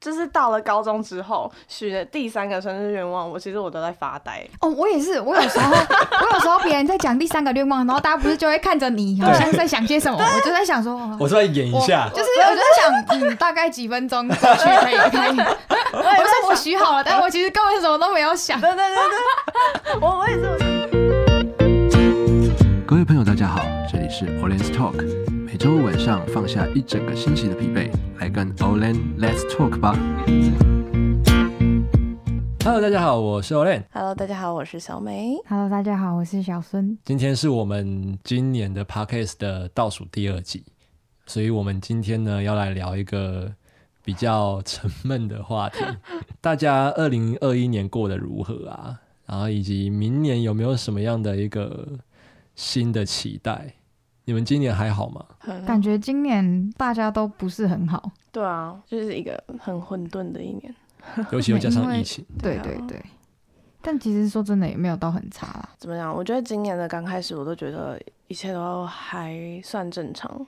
就是到了高中之后许的第三个生日愿望，我其实我都在发呆。 哦，我也是，我有时候我有时候别人在讲第三个愿望，然后大家不是就会看着你，好像在想些什么，我就在想说，哦 我是在演一下，就是我就在想，嗯，大概几分钟过去可以可以。我我也在说我许好了，但我其实根本什么都没有想。对对对对，我我也是。各位朋友，大家好，这里是 Olen's Talk，每周五晚上放下一整个星期的疲惫，来跟 Olen Let's Talk 吧。 Hello，大家好，我是 Olen， Hello，大家好，我是小美。 Hello，大家好，我是小孙。今天是我们今年的 Podcast 的倒数第二集，所以我们今天呢要来聊一个比较沉闷的话题，大家二零二一年过得如何啊？然后以及明年有没有什么样的一个新的期待？你们今年还好吗？感觉今年大家都不是很好，对啊，就是一个很混沌的一年，尤其又加因上为疫情，对对啊对对。但其实说真的，也没有到很差啦。怎么样？我觉得今年的刚开始，我都觉得一切都还算正常，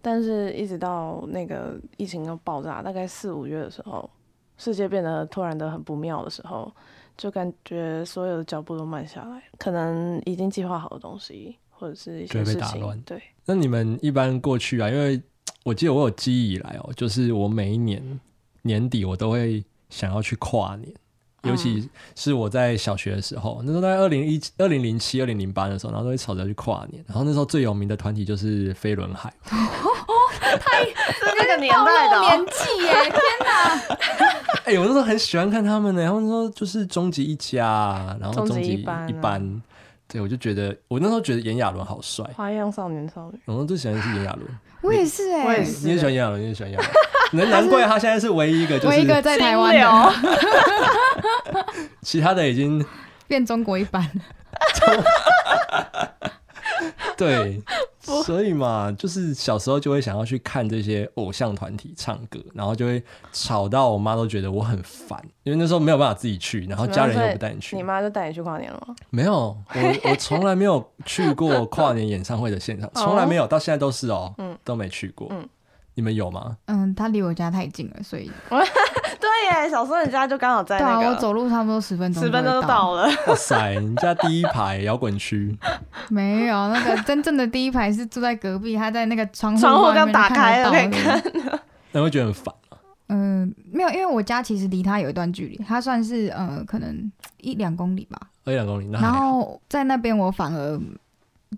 但是一直到那个疫情要爆炸，大概四五月的时候，世界变得突然的很不妙的时候，就感觉所有的脚步都慢下来，可能已经计划好的东西，或者是一就些会被事打乱情，对，那你们一般过去啊，因为我记得我有记忆以来哦，就是我每一年年底我都会想要去跨年，嗯尤其是我在小学的时候，那时候大概二零一二零零七、二零零八的时候，然后都会吵着去跨年。然后那时候最有名的团体就是飞轮海， 是那个年暴代的露哦、年纪耶， 天哪！哎、我那时候很喜欢看他们呢、他们说就是终极一家，然后终极极一班啊一班，对我就觉得我那时候觉得炎亚纶好帅，花样少年少女，我那时候最喜欢的是炎亚纶。我也是我也哎，是你也喜欢炎亚纶，你也喜欢炎亚纶，难难怪他现在是唯一一个，就我一个是在台湾清流的，其他的已经 变中国一版。对，所以嘛，就是小时候就会想要去看这些偶像团体唱歌，然后就会吵到我妈都觉得我很烦，因为那时候没有办法自己去，然后家人又不带你去你。妈就带你去跨年了吗？没有，我我从来没有去过跨年演唱会的 现场，从来没有，到现在都是哦，嗯都没去过。嗯你们有吗？嗯，他离我家太近了，所以对耶，小时候人家就刚好在对啊，那我个走路差不多十分钟，十分钟就到。到了，哇塞，人家第一排摇滚区，没有，那个真正的第一排是住在隔壁，他在那个窗 户窗户外面刚打开了可以看得到看的。那会觉得很烦。 嗯，没有，因为我家其实离他有一段距离，他算是呃可能一两公里吧。二两公里，那啊还然好后在那边我反而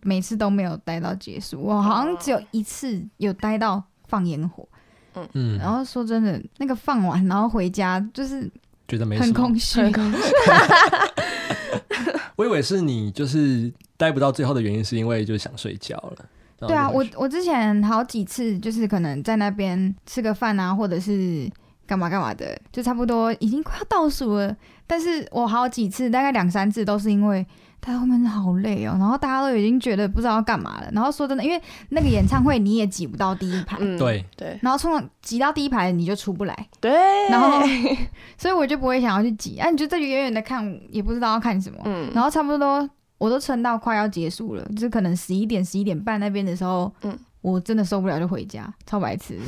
每次都没有待到结束，我好像只有一次有待到放烟火。嗯，然后说真的，那个放完然后回家就是觉得没什很么。空虚。我以为是你就是待不到最后的原因，是因为就想睡觉了。然后对啊，就回我去我之前好几次就是可能在那边吃个饭啊，或者是干嘛干嘛的，就差不多已经快要倒数了。但是我好几次，大概两三次，都是因为他后面真的好累哦，然后大家都已经觉得不知道要干嘛了。然后说真的，因为那个演唱会你也挤不到第一排，嗯，对对然后冲到挤到第一排你就出不来，对，然后所以我就不会想要去挤。啊，你就在远远的看，也不知道要看什么。嗯，然后差不多我都撑到快要结束了，就是可能十一点、十一点半那边的时候，嗯我真的受不了就回家，超白痴。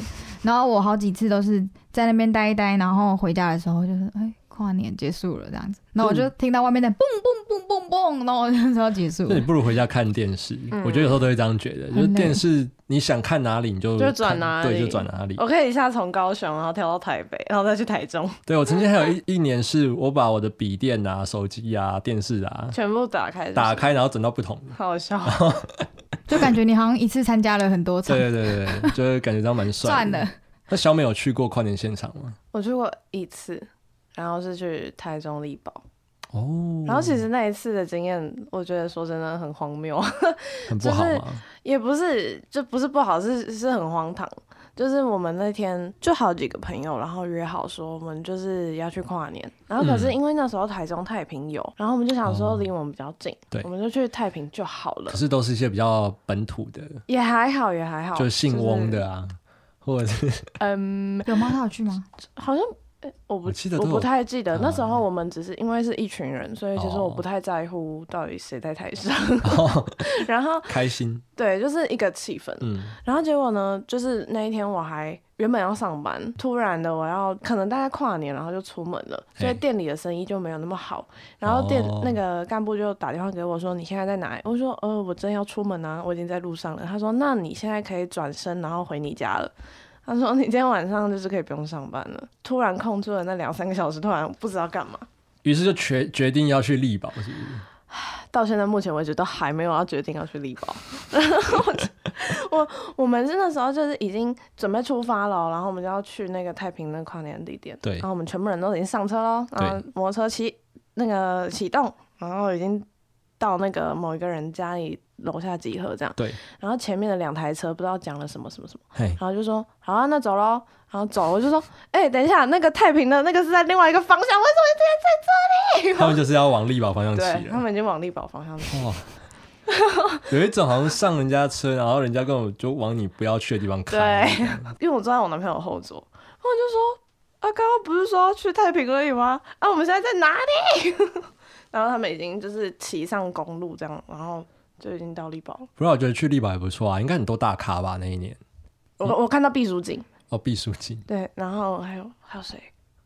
然后我好几次都是在那边待一待，然后回家的时候就是哎。跨年结束了这样子，然后我就听到外面在蹦蹦蹦蹦蹦，然后我就说要结束了那你。不如回家看电视。嗯我觉得有时候都会这样觉得，很就是累电视你想看哪里你就就转看哪对，里哦就转哪里。我可以一下从高雄，然后跳到台北，然后再去台 中，对我曾经还有一一年是我把我的笔电啊、手机啊、电视啊全部打开，打，开，然后转到不同的。好 笑。就感觉你好像一次参加了很多场，对对对对，对就是感觉这样蛮 帅。赚了。。那小美有去过跨年现场吗？我去过一次，然后是去台中力宝，哦，然后其实那一次的经验，我觉得说真的很荒谬，很不好就是吗？也不是，就不是不好，是是很荒唐。就是我们那天就好几个朋友，然后约好说我们就是要去跨年，然后可是嗯因为那时候台中太平有，然后我们就想说哦离我们比较近，对我们就去太平就好了可，是都是一些比较本土的，也还好，也还好，就是姓翁的啊，或者是 就是，嗯，有吗？他有去吗？好像呃我不我记得我都有不太记得、啊那时候我们只是因为是一群人，所以其实哦我不太在乎到底谁在台上， 哦然后开心，对，就是一个气氛。嗯，然后结果呢，就是那一天我还原本要上班，突然的我要可能大概跨年，然后就出门了，嘿所以店里的生意就没有那么好。然后店、哦那个干部就打电话给我说：“你现在在哪里？”我说：“呃，我正要出门啊，我已经在路上了。”他说：“那你现在可以转身，然后回你家了。”他说：“你今天晚上就是可以不用上班了。”突然空出了那两三个小时，突然不知道干嘛。于是就决决定要去力宝，是不是？到现在目前为止都还没有要决定要去力宝。然 后我就我我们是那时候就是已经准备出发了，哦然后我们就要去那个太平那个跨年地点。对然后我们全部人都已经上车喽，然后摩托车启那个启动，然后已经到那个某一个人家里楼下集合这样。对，然后前面的两台车不知道讲了什么什么什么，嘿，然后就说好啊，那走喽。然后走，我就说，哎、等一下，那个太平的那个是在另外一个方向，为什么一直在这里？他们就是要往力宝方向骑对，他了。们已经往力宝方向走。哇，有一种好像上人家车，然后人家根本就往你不要去的地方开。对，因为我坐在我男朋友后座，然后我就说：“啊，刚刚不是说要去太平而已吗？啊，我们现在在哪里？” 然后他们已经就是骑上公路这样，然后就已经到力宝了。不过我觉得去力宝也不错啊，应该很多大咖吧那一年。嗯我我看到毕淑锦，哦，毕书尽对，然后还有还有谁？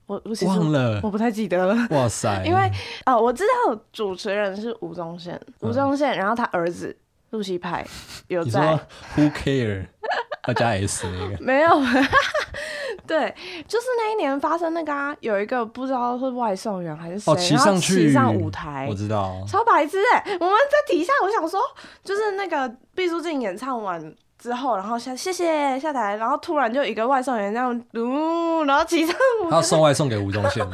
我我其实 忘了，哎我不太记得了。哇塞！因为哦，我知道主持人是吴宗宪，吴宗宪，然后他儿子陆西派有嗯你说在， Who care 要加 S 那个， 没有，对，就是那一年发生那个啊，有一个不知道是外送员还是谁，哦骑然后上去骑上舞台我，知道。超白痴哎、我们在底下，我想说，就是那个毕书尽演唱完之后，然后下谢谢下台，然后突然就一个外送员这样嘟、然后骑上 舞他台，要送外送给吴宗 宪，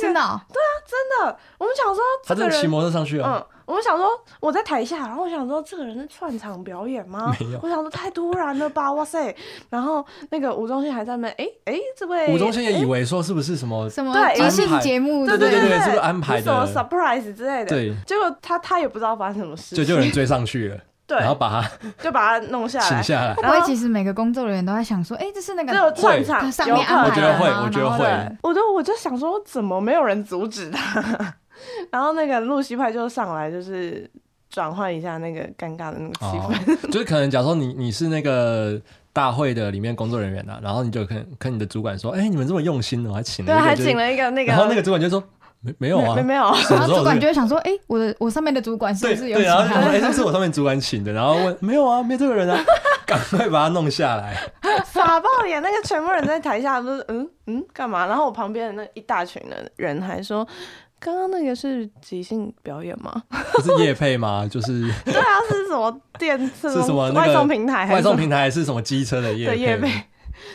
真的哦、真的，我们想说他这真个的骑人。摩托车上去哦。嗯，我们想说我在台下，然后我想说这个人是串场表演吗没有？我想说太突然了吧，哇塞！然后那个吴宗宪还在那边，哎、哎、这位吴宗宪哎也以为说是不是什么什么对即兴节目？对对对对对，是不是安排的有什么 surprise 之类的？对，结果他他也不知道发生什么事就情，就有人追上去了，对，然后把他就把他弄下请来，下 来会。不会其实每个工作人员都在想说，哎、这是那这有个串场，上有面可安能啊我觉得会的吗我觉得然后会对我就我就想说，怎么没有人阻止他？ 然后那个露西派就上来，就是转换一下那个尴尬的那个气哦氛。，就是可能假如说你你是那个大会的里面工作人员啊，然后你就跟跟你的主管说，哎，你们这么用心哦，还请了对，一个还就是请了一个那个，然后那个主管就说没没有啊没，没有，什然么时后候主管有这就个会想说，哎、我的我上面的主管是不对是有其对，然后就他说的？哎，这是我上面主管请的，然后问没有啊，没有这个人啊， 赶快把他弄下来。傻爆眼，那个全部人在台下都是嗯嗯干嘛？然后我旁边的那一大群的人还说，刚刚那个是即兴表演吗？不是叶配吗？就是 对啊，是什么电是是什么那外个送平台还是外什么送平台是什么机车的叶的业配？配，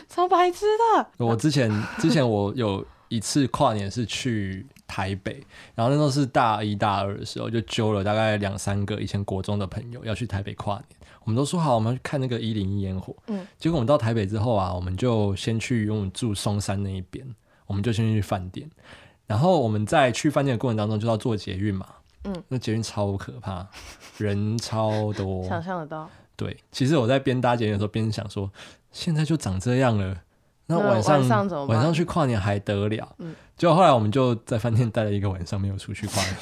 超白痴的。 我之前之前我有一次跨年是去台北，然后那时候是大一大二的时候，就揪了大概两三个以前国中的朋友要去台北跨年。我们都说好，我们要去看那个一零一烟火。嗯结果我们到台北之后啊，我们就先去，因为我们住松山那一边，我们就先去饭店。然后我们在去饭店的过程当中，就要坐捷运嘛。嗯，那捷运超可怕，人超 ，多想象得到，对，其实我在边搭捷运的时候边想说，现在就长这样了，那那晚上晚上怎么办去跨年还得了？嗯结果后来我们就在饭店待了一个晚上，没有出去跨 年。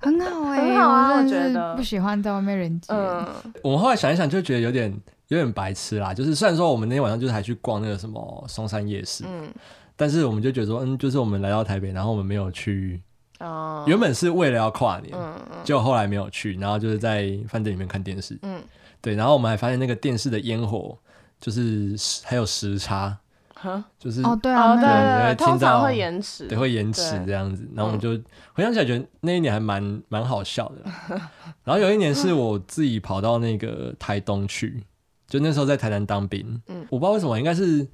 很好哎、很好啊我我真觉的得是不喜欢在外面人挤人。嗯，我们后来想一想，就觉得有点有点白痴啦。就是虽然说我们那天晚上就是还去逛那个什么松山夜市，嗯但是我们就觉得说，嗯，就是我们来到台北，然后我们没有去，哦，原本是为了要跨年，嗯嗯结果后来没有去，然后就是在饭店里面看电视。嗯，对，然后我们还发现那个电视的烟火就是时还有时差，哈就是哦，对啊，哦对那个对对，对通听到常会延迟，对，会延迟对嗯这样子。然后我们就回想起来，觉得那一年还蛮蛮好笑的啦。 然后有一年是我自己跑到那个台东去，就那时候在台南当兵。嗯我不知道为什么，应该是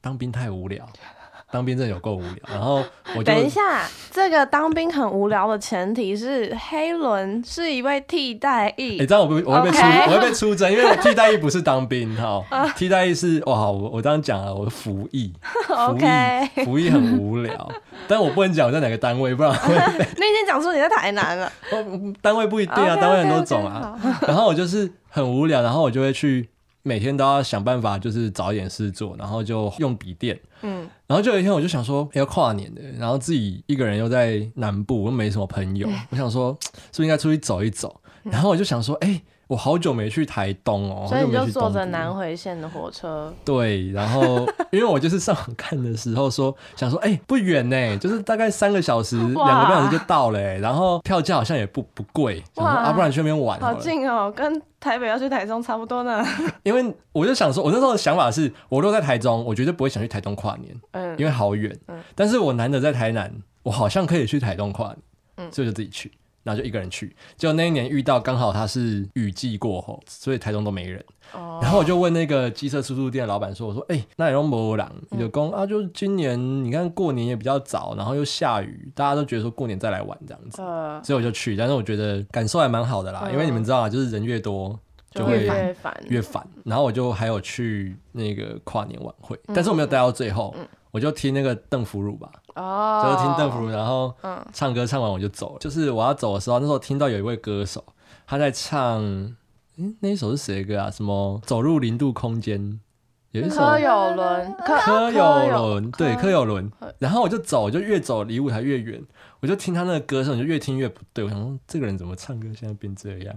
当兵太无聊，当兵真的有够无聊。然后我就等一下，这个当兵很无聊的前提是黑伦是一位替代哎、役，这样我不我会被出 OK 啊我会被出征，因为我替代役不是当兵哈，替代役是哇，我我刚刚讲了，啊我是服役，服 OK 役服役很无聊，但我不能讲我在哪个单位，不然 会你已经讲出你在台南 了，哦单位不一定啊， OK，OK，OK，单位很多种啊。好，然后我就是很无聊，然后我就会去每天都要想办法，就是找一点事做，然后就用笔电，嗯然后就有一天我就想说，要跨年的，然后自己一个人又在南部，又没什么朋 友，我想说是不是应该出去走一走？然后我就想说，哎、我好久没去台东哦，嗯所以你好久就没去坐东着部南回线的火车，对，然后因为我就是上网看的时候说，想说哎、不远呢，就是大概三个小时、两个哇半小时就到了哎，然后票价好像也不不贵，想说哇啊，不然去那边玩好好了。近哦，跟台北要去台中差不多呢。因为我就想说，我那时候的想法是，我如果在台中，我绝对不会想去台东跨年，嗯因，为好远。嗯但是我难得在台南，我好像可以去台东跨年，嗯所以我就自己去，然后就一个人去。结果那一年遇到刚好他是雨季过后，所以台东都没人。哦然后我就问那个机车出租店的老板说：“我说，哎、那也用没人？嗯你就讲啊，就是今年你看过年也比较早，然后又下雨，大家都觉得说过年再来玩这样子，呃，所以我就去。但是我觉得感受还蛮好的啦，嗯因为你们知道啊，就是人越多就会会越烦越烦，越烦。然后我就还有去那个跨年晚会，但是我没有待到最后，我就听那个邓福如吧，哦，就是听邓福如，然后嗯唱歌唱完我就走了。就是我要走的时候，那时候听到有一位歌手他在唱，诶那一首是谁的歌啊？什么走入零度空间，有一首柯有伦，柯柯有伦，对柯柯有伦。然后我就走，我就越走离舞台越远，我就听他那个歌声，我就越听越不对。我想说，这个人怎么唱歌现在变这样？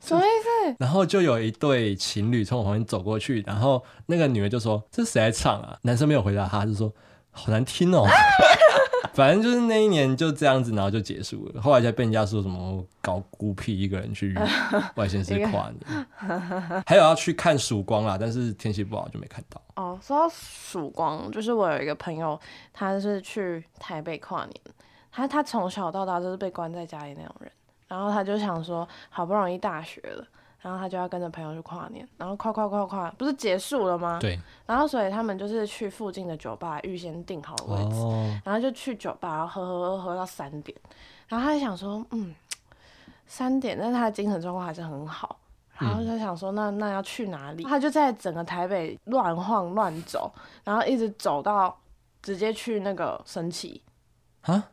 什么意思？然后就有一对情侣从我旁边走过去，然后那个女的就说：“这谁在唱啊？”男生没有回答她，就说：“好难听哦。” 反正就是那一年就这样子，然后就结束了。后来才被人家说什么搞孤僻，一个人去外县市跨年，还有要去看曙光啦，但是天气不好就没看到。哦，说到曙光，就是我有一个朋友，他是去台北跨年，他他从小到大就是被关在家里那种人，然后他就想说，好不容易大学了，然后他就要跟着朋友去跨年，然后跨跨跨跨，不是结束了吗？对，然后所以他们就是去附近的酒吧预先订好位置，哦，然后就去酒吧，然后喝喝喝喝到三点，然后他就想说，嗯，三点，但是他的精神状况还是很好，然后嗯就想说，那那要去哪里？他就在整个台北乱晃乱走，然后一直走到直接去那个神奇，啊，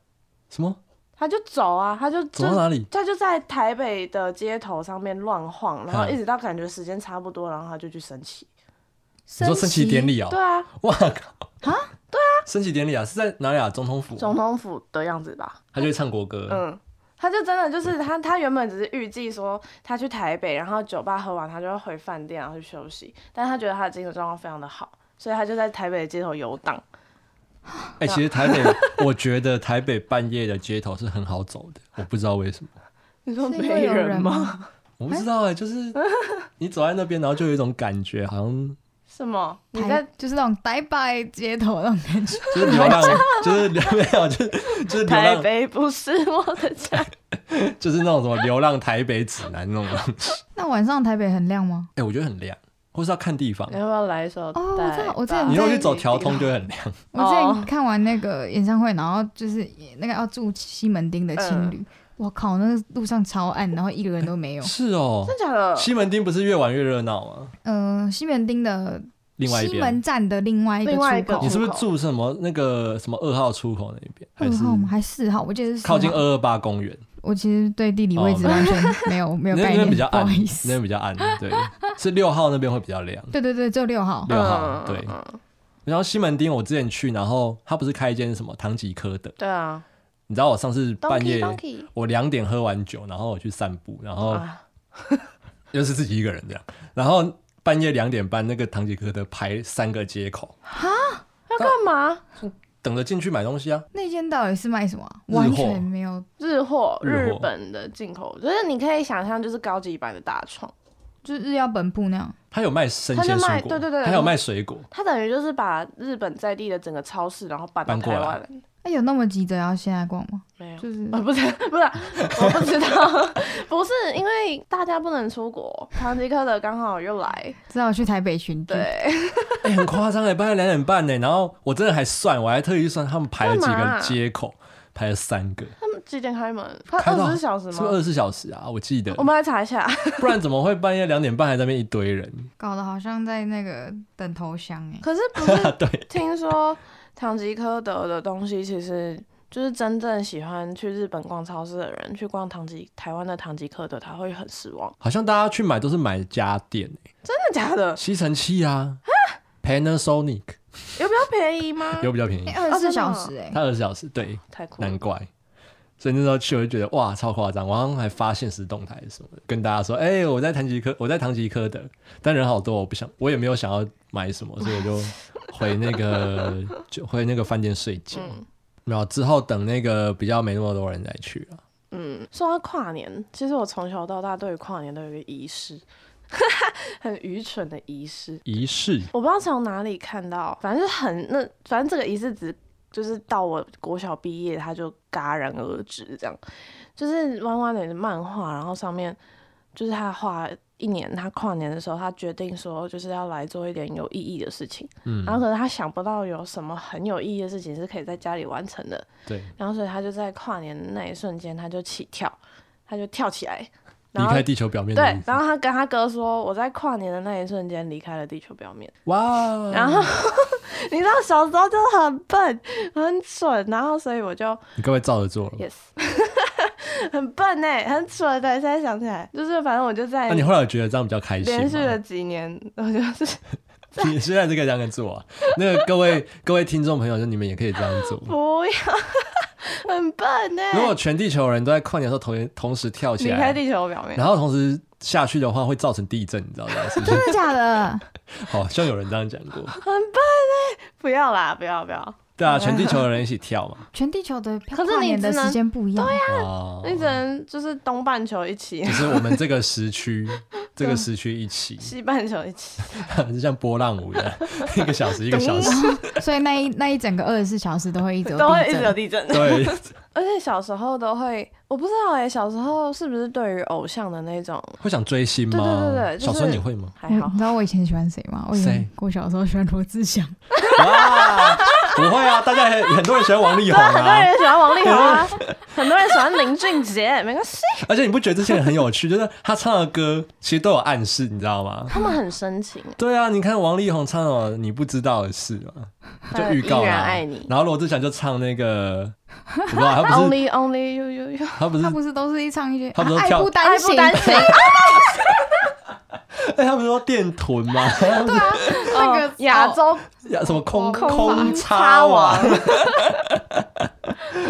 什么？他就走啊，他就走就到哪里？他就在台北的街头上面乱晃，然后嗯一直到感觉时间差不多，然后他就去神奇。你说升旗典礼对哦？啊，哇靠！啊，对啊，升旗典礼啊，是在哪里啊？总统府，总统府的样子吧。他就会唱国歌。嗯，他就真的就是他，他原本只是预计说他去台北，然后酒吧喝完，他就会回饭店，然后去休息。但他觉得他的精神状况非常的好，所以他就在台北的街头游荡。哎、其实台北， 我觉得台北半夜的街头是很好走的，我不知道为什么，你说是因为没有人吗？吗？我不知道哎、就是你走在那边，然后就有一种感觉，好像什么？你台在就是那种呆拜街头那种感觉，就是流 浪，就是流 没有，就是就是流台浪，北不是我的家？就是那种什么流浪台北指南那种 东西。那晚上台北很亮吗？哎、我觉得很亮，或是要看地方 你。要不要来一首？哦我知道我知道你如果如果在去走条通就会很亮，我哦之前看完那个演唱会，然后就是那个要住西门町的情嗯侣，我靠，那个路上超暗，然后一个人都没有。 是哦。真假的？西门町不是越玩越热闹吗？嗯、西门町的另外一西边门，站的另外一个另外一出个口你，是不是住什么那个什么二号出口那边，还二是号吗？还是四号？哦我记得是四号靠近二。二八公园？我其实对地理位置哦完全没 有没那有那概边念，比较不暗，好意那思。边比较暗，对，是六号那边会比较亮。对对对，只有六号。六号嗯对。嗯嗯然后西门町我之前去，然后他不是开一间什么唐吉诃德？对啊，你知道我上次半夜哦 Donkey 我两点喝完酒，然后我去散步，然后啊，又是自己一个人这样，然后半夜两点半那个唐吉诃德排三个街口，要干嘛？等着进去买东西啊。那间到底是卖什么啊？日货完全没有，日货，日日货本的进口，就是你可以想象，就是高级版的大创。就是日药本铺那样。他有卖生他鲜就水卖果，对对嗯对还有卖水果，他等于就是把日本在地的整个超市，然后搬到搬过台来湾来。哎、有那么急着要现在逛吗？没有，就是啊，不是， 不是啊，我不知道， 不是因为大家不能出国，唐吉诃德刚好又来，只好去台北巡店。对，哎、很夸张哎，半夜两点半呢，然后我真的还算，我还特意算他们排了几干嘛个啊街口，排了三个，他们几点开门？他开二到十四小时是不是二吗？哦十四小时啊？我记得我，们来查一下，不然怎么会半夜两点半还在那边一堆人？搞得好像在那个等头香哎、可是不是 对，听说唐吉诃德的东西其实。就是真正喜欢去日本逛超市的人，去逛唐吉台湾的唐吉诃德，他会很失望。好像大家去买都是买家电、欸，真的假的？吸尘器啊， Panasonic 有比较便宜吗？有比较便宜，真二十四的小哦时哎、它二十小时，对，太酷难了。怪。所以那时候去，我就觉得哇，超夸张！我好像还发现实动态什么的，跟大家说，哎、我在唐吉诃，我在唐吉诃德，但人好多，我不想，我也没有想要买什么，所以 我就回那个就回那个饭店睡觉。嗯然后之后等那个比较没那么多人再去啊了。嗯，说到跨年，其实我从小到大对于跨年都有一个仪式， 很愚蠢的仪式。仪式我不知道从哪里看到，反正很那，反正这个仪式只就是到我国小毕业，它就戛然而止，这样。就是弯弯脸的漫画，然后上面就是他画一年，他跨年的时候，他决定说就是要来做一点有意义的事情，嗯然后可是他想不到有什么很有意义的事情是可以在家里完成的，对，然后所以他就在跨年的那一瞬间，他就起跳，他就跳起来，离然后开地球表面的意对思，然后他跟他哥说，我在跨年的那一瞬间离开了地球表面。哇！然 后你知道小时候真的很笨很蠢，然后所以我就你各位照着做了吗。 yes 很笨哎、很蠢的、现在想起来，就是反正我就在那你后来觉得这样比较开心哎连续了 吗？几年，我就是 你虽然是可以这样子做啊，那个各位 各位听众朋友，就你们也可以这样做。不要很笨哎、如果全地球人都在跨年的时候同同时跳起离开来，地球表面，然后同时下去的话，会造成地震，你知道吗？ 是不是？真的假的？好像有人这样讲过。不要啦，不要不要，对啊，全地球的人一起跳 嘛。全地球的可是跨你年的只能啊时间不一样，哦，你只能就是东半球一起就。是我们这个 时区，这个时区一起，西半球一起， 就像波浪舞 一样，一个小时一个小时。所以那一那一整个二十四小时都会一直有都会地一直震有地震。对，而且小时候都会，我不知道哎、小时候是不是对于偶像的那种会想追星吗？对对对对就是小时候你会吗？还我好你，知道我以前喜欢谁吗？我以谁前我小时候喜欢罗志祥，哇，不会啊，大家很很多人喜欢王力宏很多啊，人喜欢王力宏啊， 很多人喜欢林俊杰，没关系。而且你不觉得这些人很有趣？就是他唱的歌其实都有暗示，你知 道吗？他们很深情，对啊，你看王力宏唱了你不知道的事嘛， 就预告依啦。然爱你然后罗志祥就唱那个，我不知道他不是，Only Only You You You，他不是他不是都是一唱一句嗯他不是啊爱跳不爱单不行，单行，哎，他不是说电臀吗？那个哦亚洲呀 什么空空空啊插插啊王网？，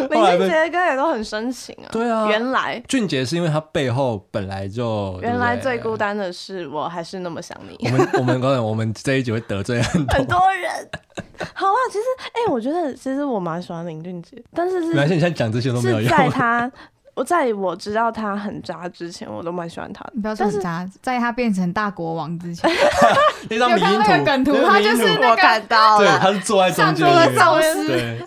林俊杰的歌也都很深情啊。对啊原来俊杰是因为他背后本来就原来最孤孤单。单的是我还是那么想你我。们我们刚才我们这一集会得罪很 多很，多人。好啦，其实哎、我觉得其实我蛮喜欢林俊杰，但是没关系，是你现在讲这些都没有是用。 在他我在我知道他很渣之前，我都蛮喜欢他的。你不要说但很是渣，在他变成大国王之前，那张迷因有看到那个梗图那个他迷因就是图那个我看到对，了。他是坐在中上间桌那的个，造师，对，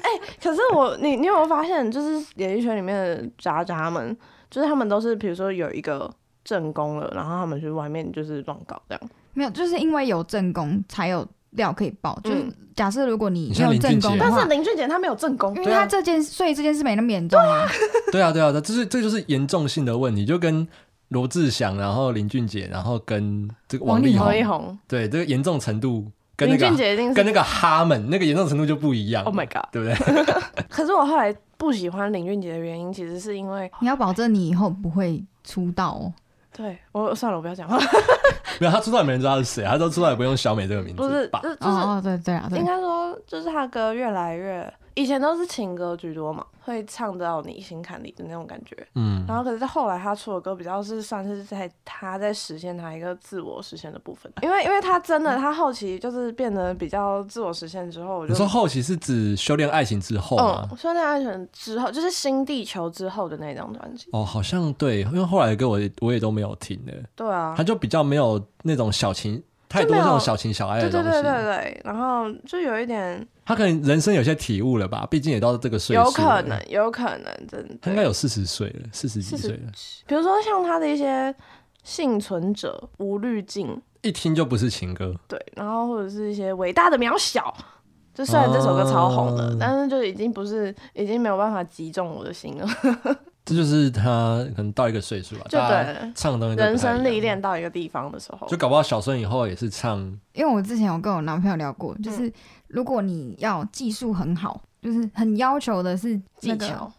可是我你你有没有发现，就是演艺圈里面的渣渣们，就是他们都是比如说有一个正宫了，然后他们去外面就是乱搞这样。没有，就是因为有正宫才有料可以爆。就是嗯假设如果你你没像有林俊正杰宫的但话是，林俊杰他没有正宫因，为对啊他这件，所以这件事没那么严重啊。对啊，对啊，对啊这是这就是严重性的问题，就跟罗志祥，然后林俊杰，然后跟这个王力王力宏，宏、对这个严重程度跟那林个俊杰一定是跟那个哈们那个严重程度就不一样 Oh my god 对不对？可是我后来不喜欢林俊杰的原因，其实是因为你要保证你以后不会出道哦。对我算了，我不要讲话，没有他出道也没人知道他是谁，啊他都出道也不用小美这个名字，不是，吧？就就是哦哦，对对啊，对应。该说，就是他歌越来越，以前都是情歌居多嘛，会唱到你心坎里的那种感觉。嗯，然后，可是后来他出的歌比较是算是在他在实现他一个自我实现的部分，因为因为他真的他后期就是变得比较自我实现之后，我嗯你就说后期啊是指修炼爱情之后吗？嗯，说那安全之后就是新地球之后的那张专辑，哦，好像对，因为后来的歌我也我也都没有听的，对啊他，就比较没有那种小情太多没有那种小情小爱对的对对东对西，对，然后就有一点他可能人生有些体悟了吧，毕竟也到这个岁数了，嗯有可能有可能真的他应该有四十岁了，四十几四岁十了，，比如说像他的一些幸存者无滤镜，一听就不是情歌。对，然后或者是一些伟大的渺小，就虽然这首歌超红的，哦但是就已经不是，已经没有办法击中我的心了，这就是他可能到一个岁数吧，就大家对唱的 东西都不人太一生样历，练到一个地方的时候，就搞不好小孙以后也是唱因为我之前有跟我男朋友聊过，嗯就是如果你要技术很好，就是很要求的是技那个哦巧，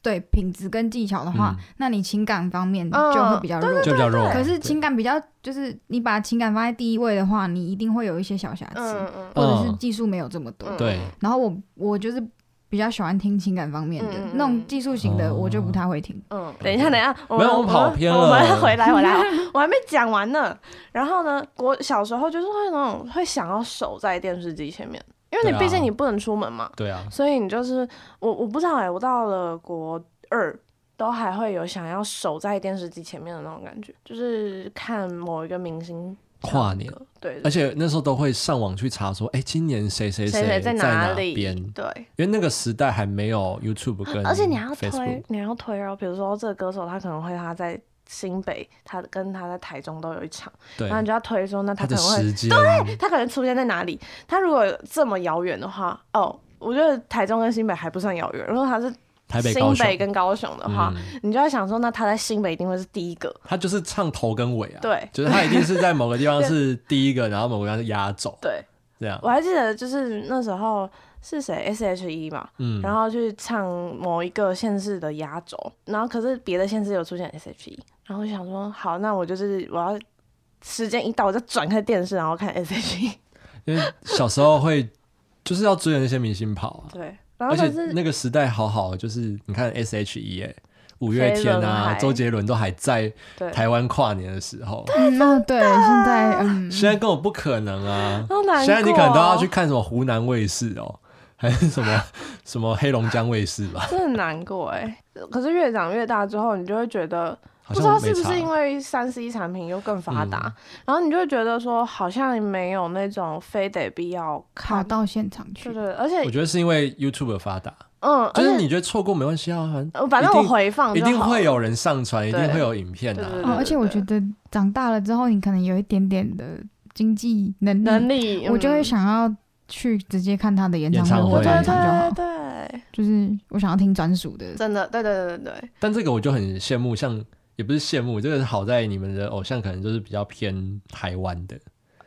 对品质跟技巧的话，嗯那你情感方面嗯就会比较弱。就比较弱。可是对情感比较，就是你把情感放在第一位的话，你一定会有一些小瑕疵，嗯或者是嗯技术没有这么多。嗯，对然后我我就是比较喜欢听情感方面的、嗯嗯嗯那种技术型的，我就不太会听。嗯，等一下，等一下，我哦没们有我们跑偏了我们回来，回来，哦 我还没讲完呢。然后呢，我小时候就是会那种会想要守在电视机前面，因为对你啊毕竟你不能出门嘛，对啊，所以你就是我我不知道哎、我到了国二都还会有想要守在电视机前面的那种感觉，就是看某一个明星唱跨年歌，对，而且那时候都会上网去查说，哎、今年谁谁谁谁在哪里边？对，因为那个时代还没有 YouTube 跟 Facebook，而且你还要推，你还要推哦，比如说这个歌手他可能会他在。新北，他跟他在台中都有一场，对然后你就要推说，那他它可的能会时间，他可能出现在哪里？他如果这么遥远的话，哦，我觉得台中跟新北还不算遥远。如果他是台北、高新雄北跟高雄的话，嗯你就要想说，那他在新北一定会是第一个。他就是唱头跟尾啊，对就是他一定是在某个地方 是第一个，然后某个地方是压轴对，这样我，还记得就是那时候是谁 S H E 嘛，嗯，然后去唱某一个县市的压轴，然后可是别的县市有出现 S H E，然后我就想说，好，那我就是我要时间一到，我就转开电视，然后看 S H E。 因为小时候会就是要追着那些明星跑啊，对，然后可而且是那个时代好好，就是你看 S.H.E 哎、五月飞天轮啊，海周杰伦都还在对，台湾跨年的时候，嗯，那对，现在嗯，现在根本不可能啊！好难过哦现在你可能都要去看什么湖南卫视哦，还是什么什么黑龙江卫视吧？真的很难过哎、可是越长越大之后，你就会觉得，好不知道像是没嗯不差是。因为三 C 产品又更发达，然后你就会觉得说，好像没有那种非得必要跑看，到现场去对，对，而且我觉得是因为 YouTube 发达，嗯，而就且是你觉得错过没关系啊，反呃反正一定我回放一就好定会有人上传，一定对会有影片的、对对啊。对哦，而且我觉得长大了之后，你可能有一点点的经济能力，能力，我就会嗯想要去直接看他的演唱演唱会会或对专对对场就好对，对，就是我想要听专属的。真的，对对对对对，但这个我就很羡慕，像也不是羡慕，这个好在你们的偶像可能就是比较偏台湾的。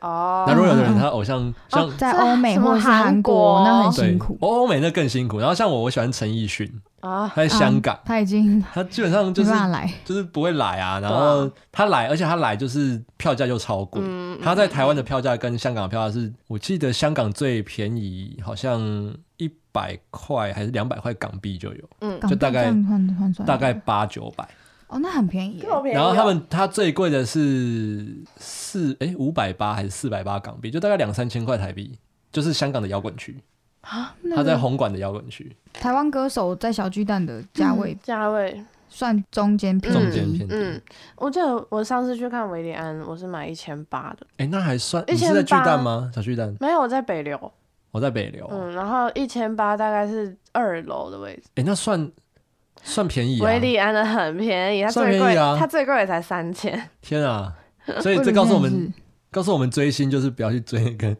哦，那如果有的人嗯他偶像像、在是欧美哦什么或者是韩韩国哦国，那很对辛苦。欧美那更辛苦，然后像我，我喜欢陈奕迅，啊，他在香港，嗯他已经他基本 上就没是办法来，就是不会来啊，然对后他来，而且他来就是票价就超贵。嗯，他在台湾的票价跟香港的票价是，我记得香港最便宜好像一百块还是两百块港币就有，嗯，港币大概这样换换算大概八九百。哦，那很便宜耶。便宜然后他哦们他最贵的是四哎五百八还是四百八港币，就大概两三千块台币，就是香港的摇滚区，欸那他在个红馆的摇滚区台湾歌手在小巨蛋的价位价位算中间偏嗯中间低，偏低，哎、嗯，我记得我上次去看维利安，我是买一千八的，那还算1800你是在巨蛋吗？小巨蛋，没有我在北流，我在北流，哎、嗯，然后一千八大概是二楼的位置。那算算便宜啊维！利安的很便宜，它算最贵，便宜啊它最贵也才三千， 天啊，所以为这了告诉我 这样们子，告诉我们追星就是不要去追那个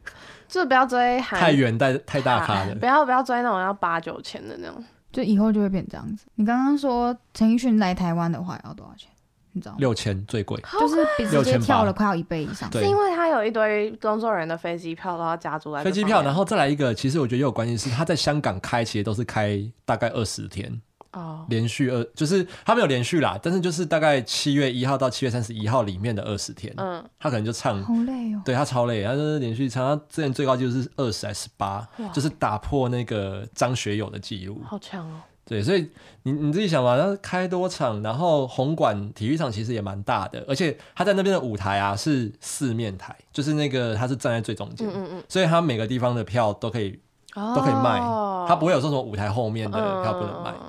就是不要追韩太远太太大咖的不，要不要追那种要八九千的那种，就以后就会变这样子。你刚刚说陈奕迅来台湾的话要多少钱？你知道吗？六千最贵，就是比直接6800跳了快要一倍以上。对是因为它有一堆工作人员的飞机票都要加注在飞机票，然后后再来一个，其实我觉得也有关系是他在香港开，其实都是开大概二十天。哦，连续二，就是他没有连续啦，但是就是大概七月一号到七月三十一号里面的二十天，嗯，他可能就唱，好累哦。对他超累，他就是连续唱，他之前最高纪录是二十还是八哇，就是打破那个张学友的记录。好强哦，对，所以你你自己想嘛，他开多场，然后红馆体育场其实也蛮大的，而且他在那边的舞台啊是四面台，就是那个他是站在最中间，嗯嗯所以他每个地方的票都可以嗯，都可以卖，哦他不会有说什么舞台后面的票不能卖。嗯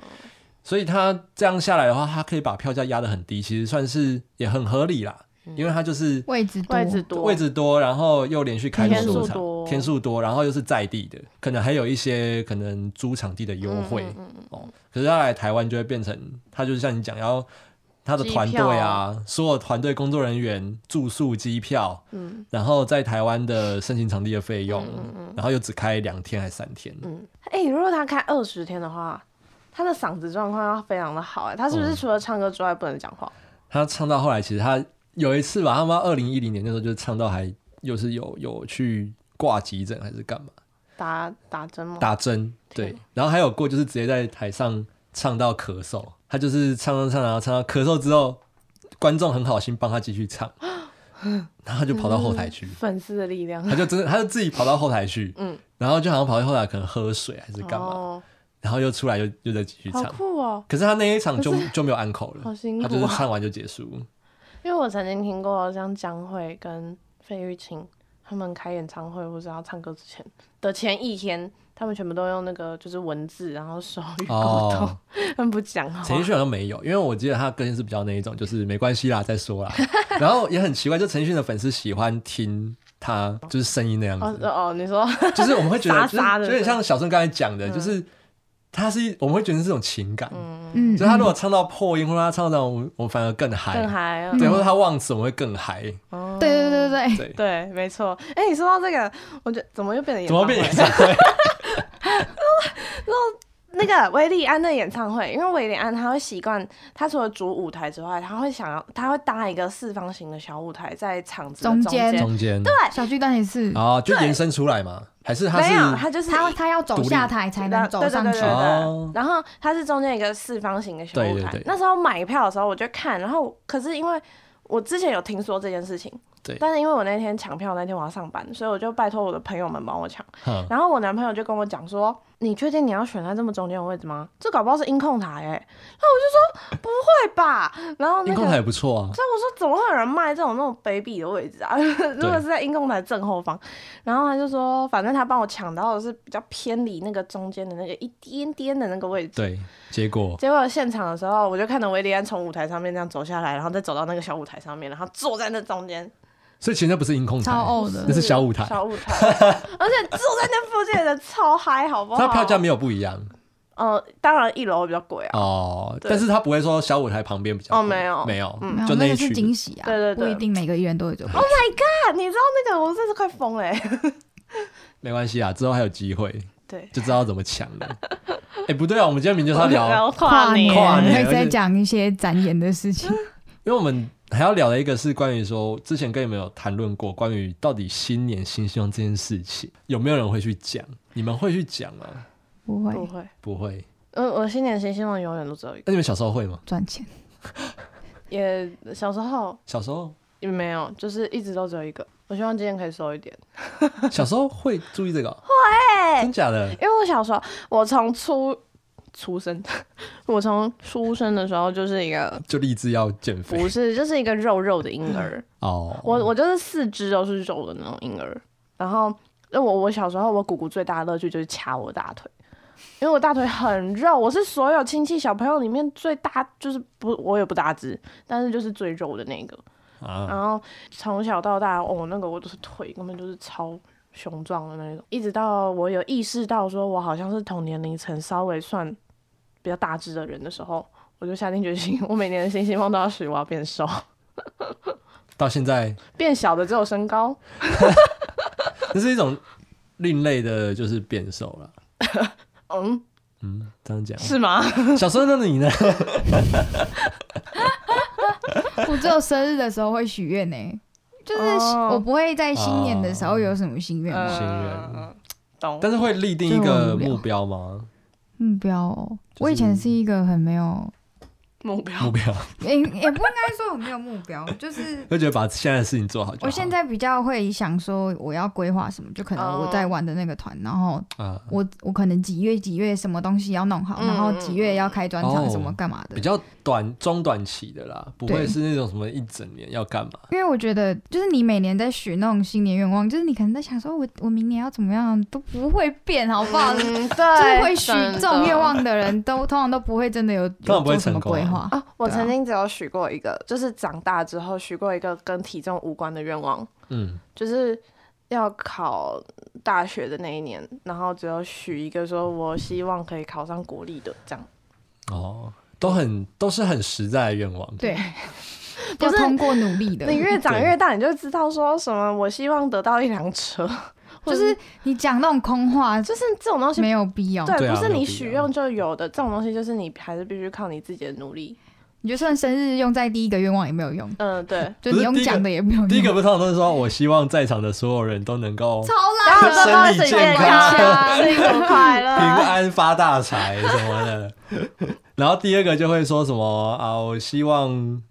所以他这样下来的话，他可以把票价压得很低，其实算是也很合理啦，因为他就是位置多，位置嗯多，位置多，然后又连续开那么多天数场多，天数多，然后又是在地的，可能还有一些可能租场地的优惠、嗯嗯嗯哦。可是他来台湾就会变成，他就是像你讲要。他的团队啊，所有团队工作人员、住宿、机票，嗯然后在台湾的申请场地的费用，嗯嗯嗯然后又只开两天还三天，嗯，哎、如果他开二十天的话，他的嗓子状况要非常的好哎、他是不是嗯除了唱歌之外不能讲话？他唱到后来，其实他有一次吧，他妈二零一零年那时候就是唱到还又是有有去挂急诊还是干嘛打打针吗？打针，对，然后还有过就是直接在台上唱到咳嗽，他就是唱唱唱，然后唱到咳嗽之后，观众很好心帮他继 续唱，然后他就跑到后台去，粉丝的力量。他就真的他就自己跑到后台去， 嗯然后就好像跑到后台可能喝水还是干嘛，哦，然后又出来又又再继续好唱。酷哦！可是他那一场就就没有安口了，好辛苦他啊就是唱完就 结束。因为我曾经听过像江蕙跟费玉清他们开演唱会或者要唱歌之前的前一天，他们全部都用那个就是文字，然后手语沟通，哦， 他们不讲话。陈奕迅好像没有，因为我记得他个性是比较那一种，就是没关系啦，再 说啦。然后也很奇怪，就陈奕迅的粉丝喜欢听他就是声音那样哦子，哦，你说就是我们会觉得， 沙就是沙的嗯有点像小盛刚才讲的，就是他是我们会觉得是这种情感，嗯，就是他嗯如果唱到破音或者他唱到我们我们反而更嗨，更嗨啊！哎对，或者他忘词我们会更嗨，哦对对对对对，对，对，没错。哎、你说到这个，我觉得怎么又变成演怎唱么会？变演唱会？那个维利安的演唱会，因为维利安他会习惯，他除了主舞台之外，他会想要，他会搭一个四方形的小舞台在场子的中间，间中间哎小巨蛋也是，啊，就延伸出来嘛，还是他没有，是他就是他他要走独立下台才能走上对去对对对，对哦然后它是中间一个四方形的小舞台。对对对那时候买票的时候我就看，然后可是因为我之前有听说这件事情，对但是因为我那天抢票那天我要上班，所以我就拜托我的朋友们帮我 抢。哼然后我男朋友就跟我讲说：“你确定你要选在这么中间的位置吗？这搞不好是音控台哎、然后我就说：“不会吧？”然后那音控台个。也不错啊，所以我说，怎么会有人卖这种那种卑鄙的位置啊？ 如果是在音控台正后方，然后他就说，反正他帮我抢到的是比较偏离那个中间的那个一点点的那个位置。对，结果结果现场的时候，我就看到维利安从舞台上面这样走下来，然后再走到那个小舞台上面，然后坐在那中间，所以其实那不是音控台，超呕的那。是小舞台小舞台， 而且坐在那附近的人超嗨，好不好？它票价没有不一样呃，当然一楼比较贵啊，哦，对但是他不会说小舞台旁边比较哦贵没有没有嗯，没有就那一个区是惊喜啊，对对对不一定每个艺人都会做。啊你知道那个我真是快疯了、欸， 没关系啊，之后还有机会对，就知道怎么抢了。 哎，不对啊，我们今天明明就是要聊，跨年跨年会而再且讲一些展演的 事情，因为我们还要聊的一个是关于说之前跟你们有谈论过关于到底新年新希望这件事情，有没有人会去讲？你们会去讲吗？不会不会，不会。哎我我新年新希望永远都只有一个，那你们小时候会吗？赚钱。也小时候小时候，也没有，就是一直都只有一个。我希望今天可以瘦一点，小时候会注意这个哦？会真假的？因为我小时候，我从出出生， 我从出生的时候就是一个就立志要减肥不是，就是一个肉肉的婴儿。哦。我我就是四肢都是肉的那种婴儿。然后，那我我小时候，我姑姑最大的乐趣就是掐我大腿，因为我大腿很肉，我是所有亲戚小朋友里面最大，就是不我也不大只，但是就是最肉的那个。啊，然后从小到大，哦，那个我就是腿根本就是超雄壮的那种，一直到我有意识到说我好像是同年龄层稍微算比较大只的人的时候，我就下定决心， 我每年的新希望都要许我要变瘦，到现在变小的只有身高。这是一种另类的，就是变瘦了。嗯，嗯，这样 讲。是吗？小时候的你呢？我只有生日的时候会许愿呢，就是哦我不会在新年的时候有什么心愿嗯嘛心愿嗯懂。但是会立定一个目标吗？目标哦。我以前是一个很没有，目标目标也也不应该说很没有目标，就是就觉得把现在的事情做好就好。我现在比较会想说我要规划什么，就可哦能我在玩的那个团，然后啊，我我可能几月几月什么东西要弄好，嗯然后几月要开专场哦什么干嘛的比，较短中短期的啦，不会对是那种什么一整年要干嘛。因嗯为我觉得就是你每年在许那种新年愿望，就是你可能在想说我我明年要怎么样都不会变，好不好？就是嗯，对，嗯会许这种愿真的望的人都通常都不会真的有 通常有不会做什么成功啊 规划。啊！我对啊曾经只有许过一个，就是长大之后许过一个跟体重无关的愿望，嗯，就是要考大学的那一年，然后只有许一个说我希望可以考上国立的这样。哦，都很都是很实在的愿望。对，不要是通过努力的，你越长越大，你就知道说什么我希望得到一辆车， 或就者是你讲那种空话，就是这种东西没有必要。对，对啊不是没有你必许要愿就有的，这种东西就是你还是必须靠你自己的努力你就算生日用在第一个愿望也没有用，嗯，对，就你用讲的也没有用。第一个不是通常都是说，我希望在场的所有人都能够超大烂家的，都身身体体健健康康，幸福快 平乐。安发大财什么的。然后第二个就会说什么啊，我希望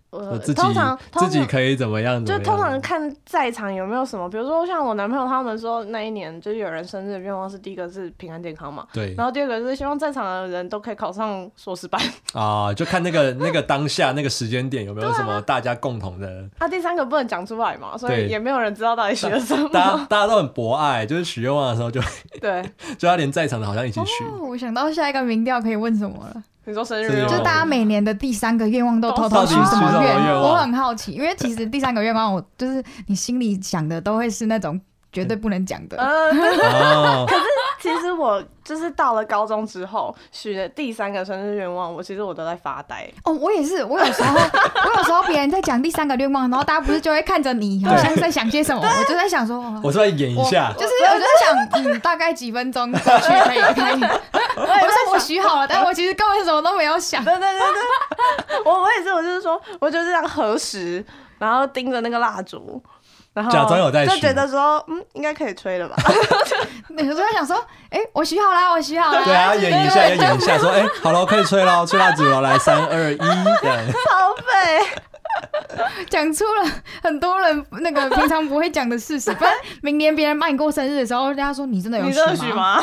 我我呃自己呃通常自通己常可以怎么样怎就么样。通常看在场有没有什么，比如说像我男朋友他们说那一年就是有人生日的愿望是第一个是平安健康嘛，对然后第二个是希望在场的人都可以考上硕士班，啊，就看 那个那个当下那个时间点有没有什么大家共 同的。啊，第三个不能讲出来嘛，所对以也没有人知道到底许了什大家么。大家都很博爱，就是许愿望的时候就对，就要连在场的好像一起许。哦，我想到下一个民调可以问什么了，你说生日生日愿哦望就吗大家每年的第三个愿望都偷到偷许底许什什么么愿？愿望我很好奇，因为其实第三个愿望我就是你心里想的都会是那种绝对不能讲的，呃，但是哦， 其实我就是到了高中之后许的第三个生日愿望，我其实我都在发呆。哦，我也是，我有 时候我有时候别人在讲第三个愿望，然后大家不是就会看着你，好像在想些什么，我就在想说，哦我是在演一下就是我就在想，嗯，大概几分钟过去可以可以。 我说我许好了，但我其实根本什么都没有想。对对对对，我我也是，我就是说，我就是这样核实，然后盯着那个蜡烛。然后假装有在就许觉得说，嗯，应该可以吹 了吧？有时候在想说，哎，我许好啦，我许好啦。对啊，演一下要演一下，说哎、好了，可以吹喽，吹蜡烛了，来三二一，这样 超费，讲出了很多人那个平常不会讲的事实。不然明年别人帮你过生日的时候，人家说你真的有你这许？吗？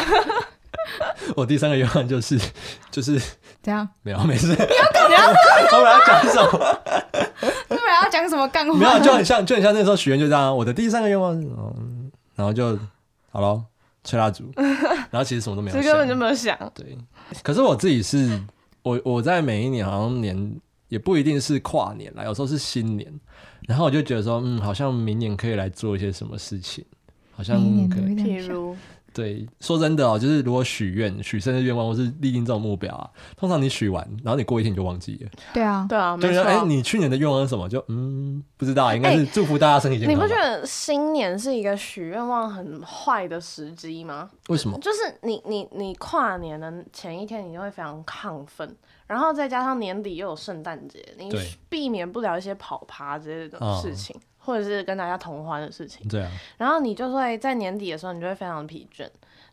我第三个愿望就是就是这样，没有没事， 我本来要讲什么？不然要讲什么 干话？没有，就 很像就很像那时候许愿就这样啊。我的第三个愿望是，嗯然后就好了，吹 蜡烛，然后其实什么都没其有实根本就想。没有想。对，可是我自己是，我我在每一年好像年也不一定是跨年啦，有时候是新年，然后我就觉得说，嗯，好像明年可以来做一些什么事情，好像明年可都会以这譬样想如，对，说真的哦，就是如果许愿、许生日愿望或是立定这种目标啊，通常你许完，然后你过一天你就忘记了，对啊，对啊，就没是错。哎哎、你去年的愿望是什么？就嗯，不知道，应该是祝福大家身体健你康吧。不觉得新年是一个许愿望很坏的时机吗？为什么？就是你你你跨年的前一天，你就会非常亢奋，然后再加上年底又有圣诞节，你对避免不了一些跑趴之类的哦事情，或者是跟大家同欢的事情， 对啊，然后你就会在年底的时候，你就会非常疲倦。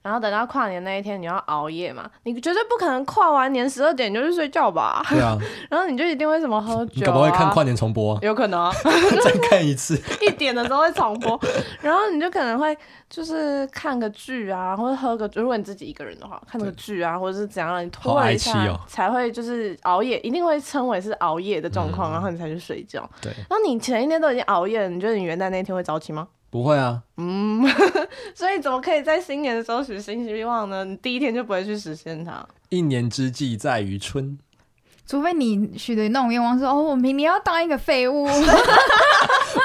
然后等到跨年那一天，你要熬夜嘛？你绝对不可能跨完年十二点你就去睡觉吧？ 对 啊，然后你就一定会什么喝你酒、啊，搞不好会看跨年重播啊、有可能、啊， 再看一次。 一点的时候会重 播，然后你就可能会就是看个剧啊，或者喝个，如果你自己一个人的话，看个剧啊，或者是怎样让你好拖哀了一戚下，哦才会就是熬夜，一定会称为是熬夜的状况，然后你才去睡觉。嗯对，然后你前一天都已经熬夜了，你觉得你元旦那一天会早起吗？不会啊，所以怎么可以在新年的时候许新希望呢？你第一天就不会去实现它。一年之计在于 春。除非你许的那种愿望是哦，我明年要当一个 废物，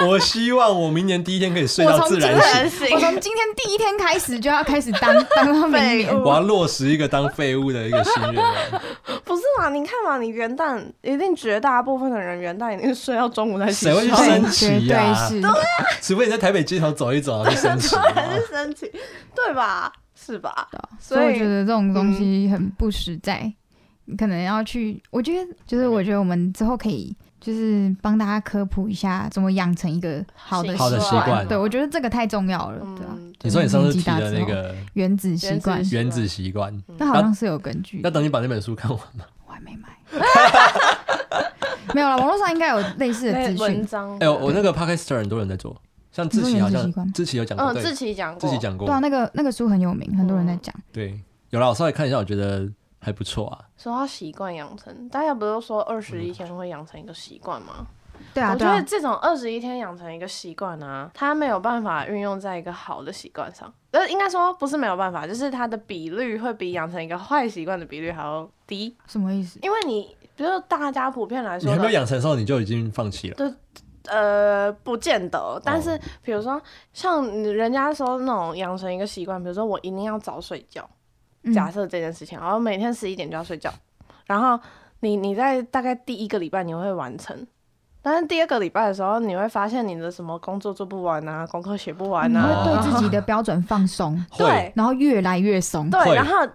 我希望我明年第一天可以睡我到从自今天然醒。我从今天第一天开始就要开始当当到明废年。物我要落实一个当废物的一个心愿 啊。不是嘛？你看嘛，你元旦一定绝大部分的人元旦一定是睡到中午才起谁会去床，生对气绝对呀是，除非你在台北街头走一走，然后就 生气啊。还是生气，对吧？是吧？所以所我以觉得这种东西很不实在，你可能要去。我觉得就是我觉得我们之后可以就是帮大家科普一下怎么养成一个好的好的习惯对我觉得这个太重要了，对啊，嗯，你说你上次提的那个原子习惯原子，习原子习惯，那好像是有根据的要。等你把那本书看完吗？我还没买， 没有了，网络上应该有类似的那资文讯。章。哎、呦，我那个 podcaster 很多人在做，像志奇好你说原子习惯像吗哦志奇有讲过，嗯，对自己讲自过，己讲过对啊，，那个那个书很有名，很多人在讲。对，有啦，我稍微看一下，我觉得还不错啊。说到习惯养成，大家不是说二十一天会养成一个习惯吗？对啊，我对觉啊得，这种二十一天养成一个习惯啊，它没有办法运用在一个好的习惯上。呃，应该说不是没有办法，就是它的比率会比养成一个坏习惯的比率还要低，什么意思？因为你，比如说大家普遍来你说还没有的，养成的时候，你就已经放弃了。呃，不见得。但哦是比如说像人家说那种养成一个习惯，比如说我一定要早睡觉，嗯假设这件事情，然后每天十一点就要睡觉，然后你你在大概第一个礼拜你会完成，但是第二个礼拜的时候，你会发现你的什么工作做不完啊，功课写不完你啊，嗯会然对后自己的标准放松，会对然后越来越松。对，会然后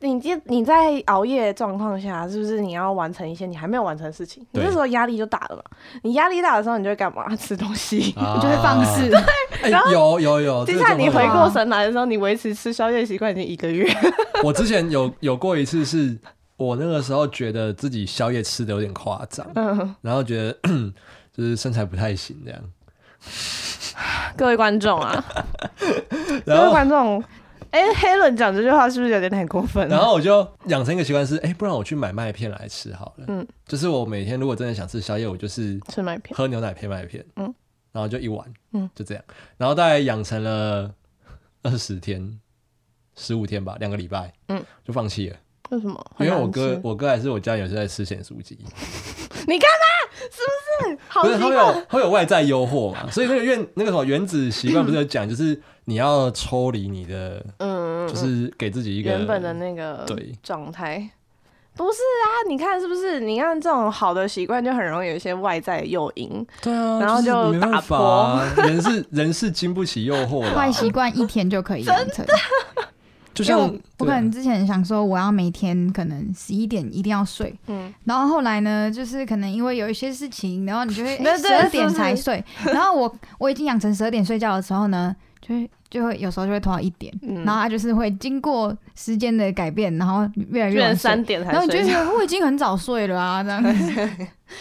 你今你在熬夜状况下，是不是你要完成一些你还没有完成的事情？你对这时候压力就大了嘛。你压力大的时候，你就会干嘛？吃东西。哦你就会放肆。哎有有有，接这下来你种回有过神来的时候，你维持吃宵夜习惯已经一个月。 我之前有有过一次是，我那个时候觉得自己宵夜吃的有点夸张，嗯，然后觉得 就是身材不太行这样，各位观众啊，各然位后观众，哎、黑人讲这句话是不是有点太过分了？然后我就养成一个习惯是，哎、不然我去买麦片来吃好了。嗯就是我每天如果真的想吃宵夜，我就是吃麦片，喝牛奶配麦片，嗯然后就一碗，嗯就这样，然后大概养成了二十天、十五天吧，两个礼拜，嗯，就放弃了，为什么？因为很难我哥吃，我哥还是我家有时候在吃咸酥鸡，你干嘛？是不是？好不是奇他会怪，有会有外在诱惑嘛，所以那个原那个什么原子习惯不是有讲，就是你要抽离你的，嗯，嗯就是给自己一个原本的那个对状态。不是啊，你看是不是？你看这种好的习惯，就很容易有一些外在的诱因。对啊，然后是就没办法啊，人是人是经不起诱惑的啊，坏习惯一天就可以养成。就因为像我我可能之前想说，我要每天可能十一点一定要睡，嗯，然后后来呢，就是可能因为有一些事情，然后你就会哎对十对二、是点不是才睡。然后我我已经养成十二点睡觉的时候呢，就会就会有时候就会拖到一点，嗯然后它就是会经过时间的改变，然后越来居越然晚三睡。点才然后你就睡觉觉。得我已经很早睡了啊，这样子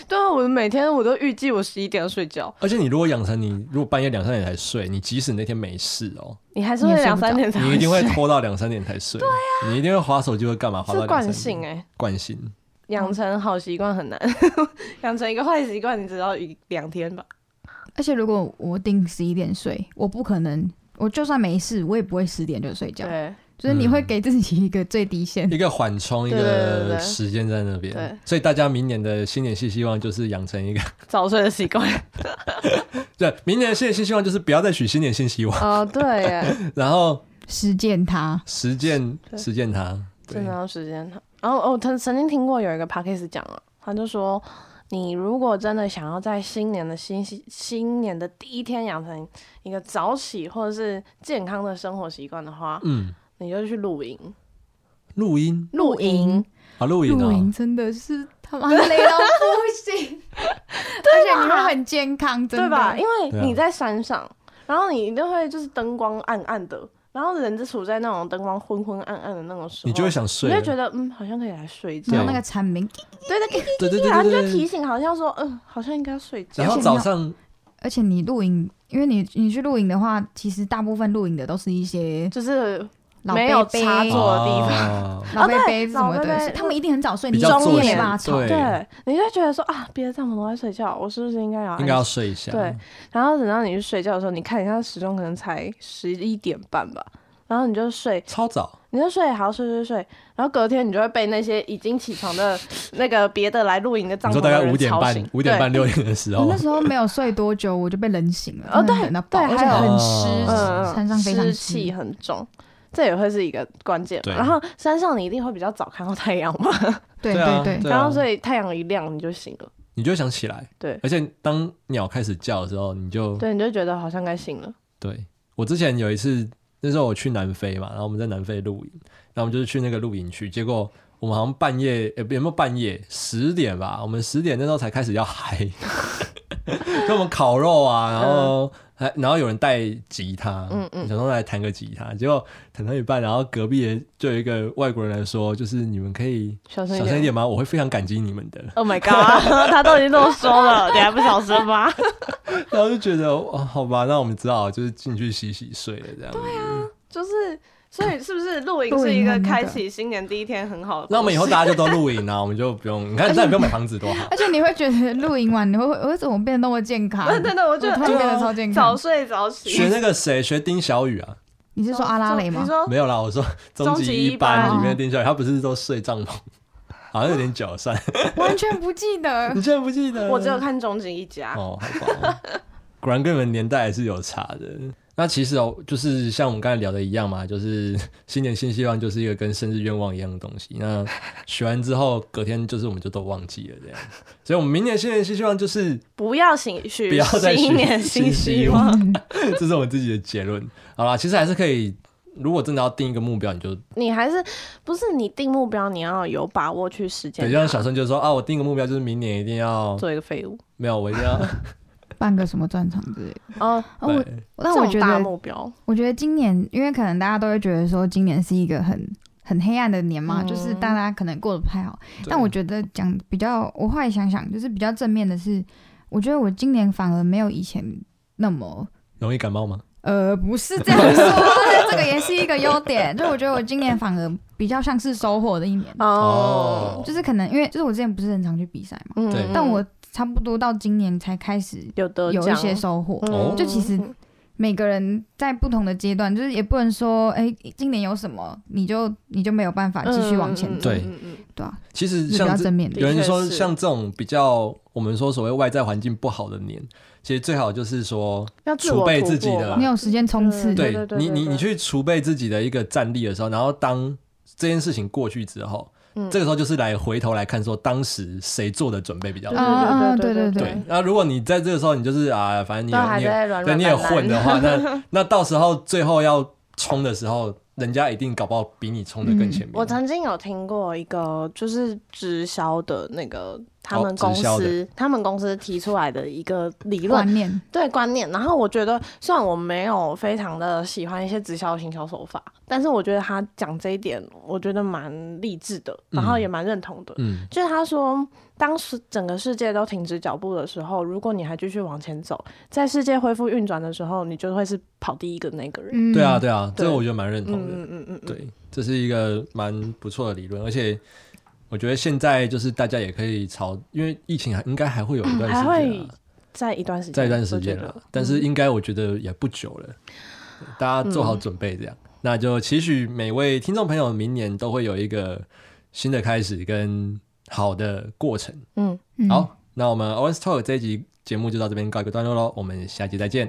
对啊，我每天我都预计我十一点要睡觉，而且你如果养成你如果半夜两三点才睡，你即使那天没事哦，你还是会你也睡两不着三点才你一定会睡拖到两三点才睡，对啊，你一定会划手机会干嘛？划到是两三惯点性哎、惯性，养成好习惯很难， 养成一个坏习惯你只要一两天吧。而且如果我定十一点睡，我不可能，我就算没事，我也不会十点就睡觉。对就是你会嗯给自己一个最 低限。一个缓冲，一对对对个对时间在那边。对所以大家明年的新年新希望就是养成一个， 早睡的习惯。 对，明年的新年新希望就是不要再许新年新希望， 哦，对耶，然后实践它。实践 对实践它。对真的，要时间长。然后哦，他曾经听过有一个 p a c k a g e 讲啊，他就说，你如果真的想要在新年的新新年的第一天养成一个早起或者是健康的生活习惯的话，嗯，你就去露营。录音露营，啊，录影露营啊，真的是他妈累到不行， 而且你会很健康，真的对吧？因对为啊你在山上，然后你一定会就是灯光暗暗的，然后人就处在那种灯光昏昏暗暗的那种时候，你就会想睡你了，就觉得嗯，好像可以来睡一觉然。后那个蝉鸣，对对对对对对，对然后对就提对。醒，好像说嗯，好像应该要睡觉。然后早上而且你露营，因为你你去露营的话，其实大部分露营的都是一些就是老没有伯伯插座的地方方，老贝贝对什么老伯伯的，他们一定很早睡，比你较中作夜没息办法吵。对对，你就会觉得说啊，别的帐篷都在睡觉，我是不是应该要安应该要睡一下。对然后等到你去睡觉的时候，你看一下时钟，可能才十一点半吧，然后你就睡，超早，你就睡好睡睡睡，然后隔天你就会被那些已经起床的那个别的来露营的你帐说篷大的概人五点吵半醒，，五点对半六点的时我候那，时候没有睡多久，我就被冷醒了，哦对真的冷到爆，对而且还有很湿，嗯，嗯山上非常湿气湿。很重。这也会是一个关键嘛，对然后山上你一定会比较早看到太阳嘛，对啊，对， 对啊然后所以太阳一亮你就醒了，你就会想起来。对而且当鸟开始叫的时候，你就对，你就觉得好像该醒了，对我之前有一次，那时候我去南非嘛，然后我们在南非露营，然后我们就是去那个露营区，结果我们好像半夜，呃也有没有半夜十点吧？我们十点那时候才开始要嗨， 跟我们烤肉啊，然后还然后有人带吉他，嗯嗯想说来弹个吉他，结果弹到一半，然后隔壁的就有一个外国人来说，就是你们可以小声一小声一点。点吗？我会非常感激你们的。 Oh my god！他都已经这么说了，你还不小声 吗？然后就觉得哦，好吧，那我们只好就是进去洗洗睡了这样。对啊，就是，所以是不是露营露是一营个很那开个启新年第一天很好的？ 那我们以后大家就都露营啊，我们就不用， 哎你看再也不用买房子多好。而且你会觉得露营完，你会为什么变得那么健康？对对对，我觉我突然得变得超健康早。睡早起。学那个谁，学丁小雨啊？你是说阿拉蕾吗你？说没有啦，我说终终极极一一班哦班里面的丁小雨，他不是都睡帐篷，好像有点脚算了。完全不记得 你。竟然不记得？ 我只有看终极一家，嗯哦，好吧，果然跟你们年代还是有差的。那其实哦，就是像我们刚才聊的一样嘛，就是新年新希望就是一个跟生日愿望一样的东西。那许完之后，隔天就是我们就都忘记了这样。所以，我们明年新年新希望就是不要醒许不要再许新年新新希希望。这是我们自己的结论。好啦，其实还是可以如果真的要定一个目标，你就你还是不是你定目标，你要有把握去实践对，它。就像小生就说啊，我定个目标就是明年一定要做一个废物没有，我一定 要办个什么专场之类的。哦，哦，我对但我这觉种大得，目标，我觉得今年，因为可能大家都会觉得说，今年是一个很很黑暗的年嘛，嗯就是大家可能过得不太好。但我觉得讲比较，我后来想想，就是比较正面的是，我觉得我今年反而没有以前那么。容易感冒吗？呃，不是这样说，但这个也是一个优点。就我觉得我今年反而比较像是收获的一年，哦，就是可能因为就是我之前不是很常去比赛嘛，嗯对但我差不多到今年才开始有的有一些收获。哦就其实嗯每个人在不同的阶段，就是也不能说，哎、今年有什么你就你就没有办法继续往前嗯嗯嗯走，对嗯嗯对啊，其实是比较像这正面的。有人说的确是像这种比较我们说所谓外在环境不好的年，其实最好就是说要自我储备突自己破的吧你有时间冲刺，对对对你，对你对你去储备自己的一个战力的时候，然后当这件事情过去之后，嗯这个时候就是来回头来看说当时谁做的准备比较好。嗯嗯对对对对对对，那如果你在这个时候你就是啊，反正你都还也你也在软对软你也烂烂混的话， 那那到时候最后要冲的时候，人家一定搞不好比你冲的更前面。嗯我曾经有听过一个，就是直销的那个他们哦公直销的司，他们公司提出来的一个理论观，念，对观念。然后我觉得，虽然我没有非常的喜欢一些直销的行销手法，但是我觉得他讲这一点，我觉得蛮励志的，然后嗯也蛮认同的。嗯，就是他说，当时整个世界都停止脚步的时候，如果你还继续往前走，在世界恢复运转的时候，你就会是跑第一个那个人。嗯，对啊，对啊，这对个我觉得蛮认嗯同嗯的。嗯嗯嗯，对，这是一个蛮不错的理论，而且我觉得现在就是大家也可以朝，因为疫情还应该还会有一嗯段还时间、会啊，在一段时间，在一段时我觉间得嗯了，但是应该我觉得也不久了，大家做好准备这样。嗯那就期许每位听众朋友明年都会有一个新的开始跟好的过程。嗯，嗯好，那我们 Orange Talk 这一集节目就到这边告一个段落喽，我们下集再见。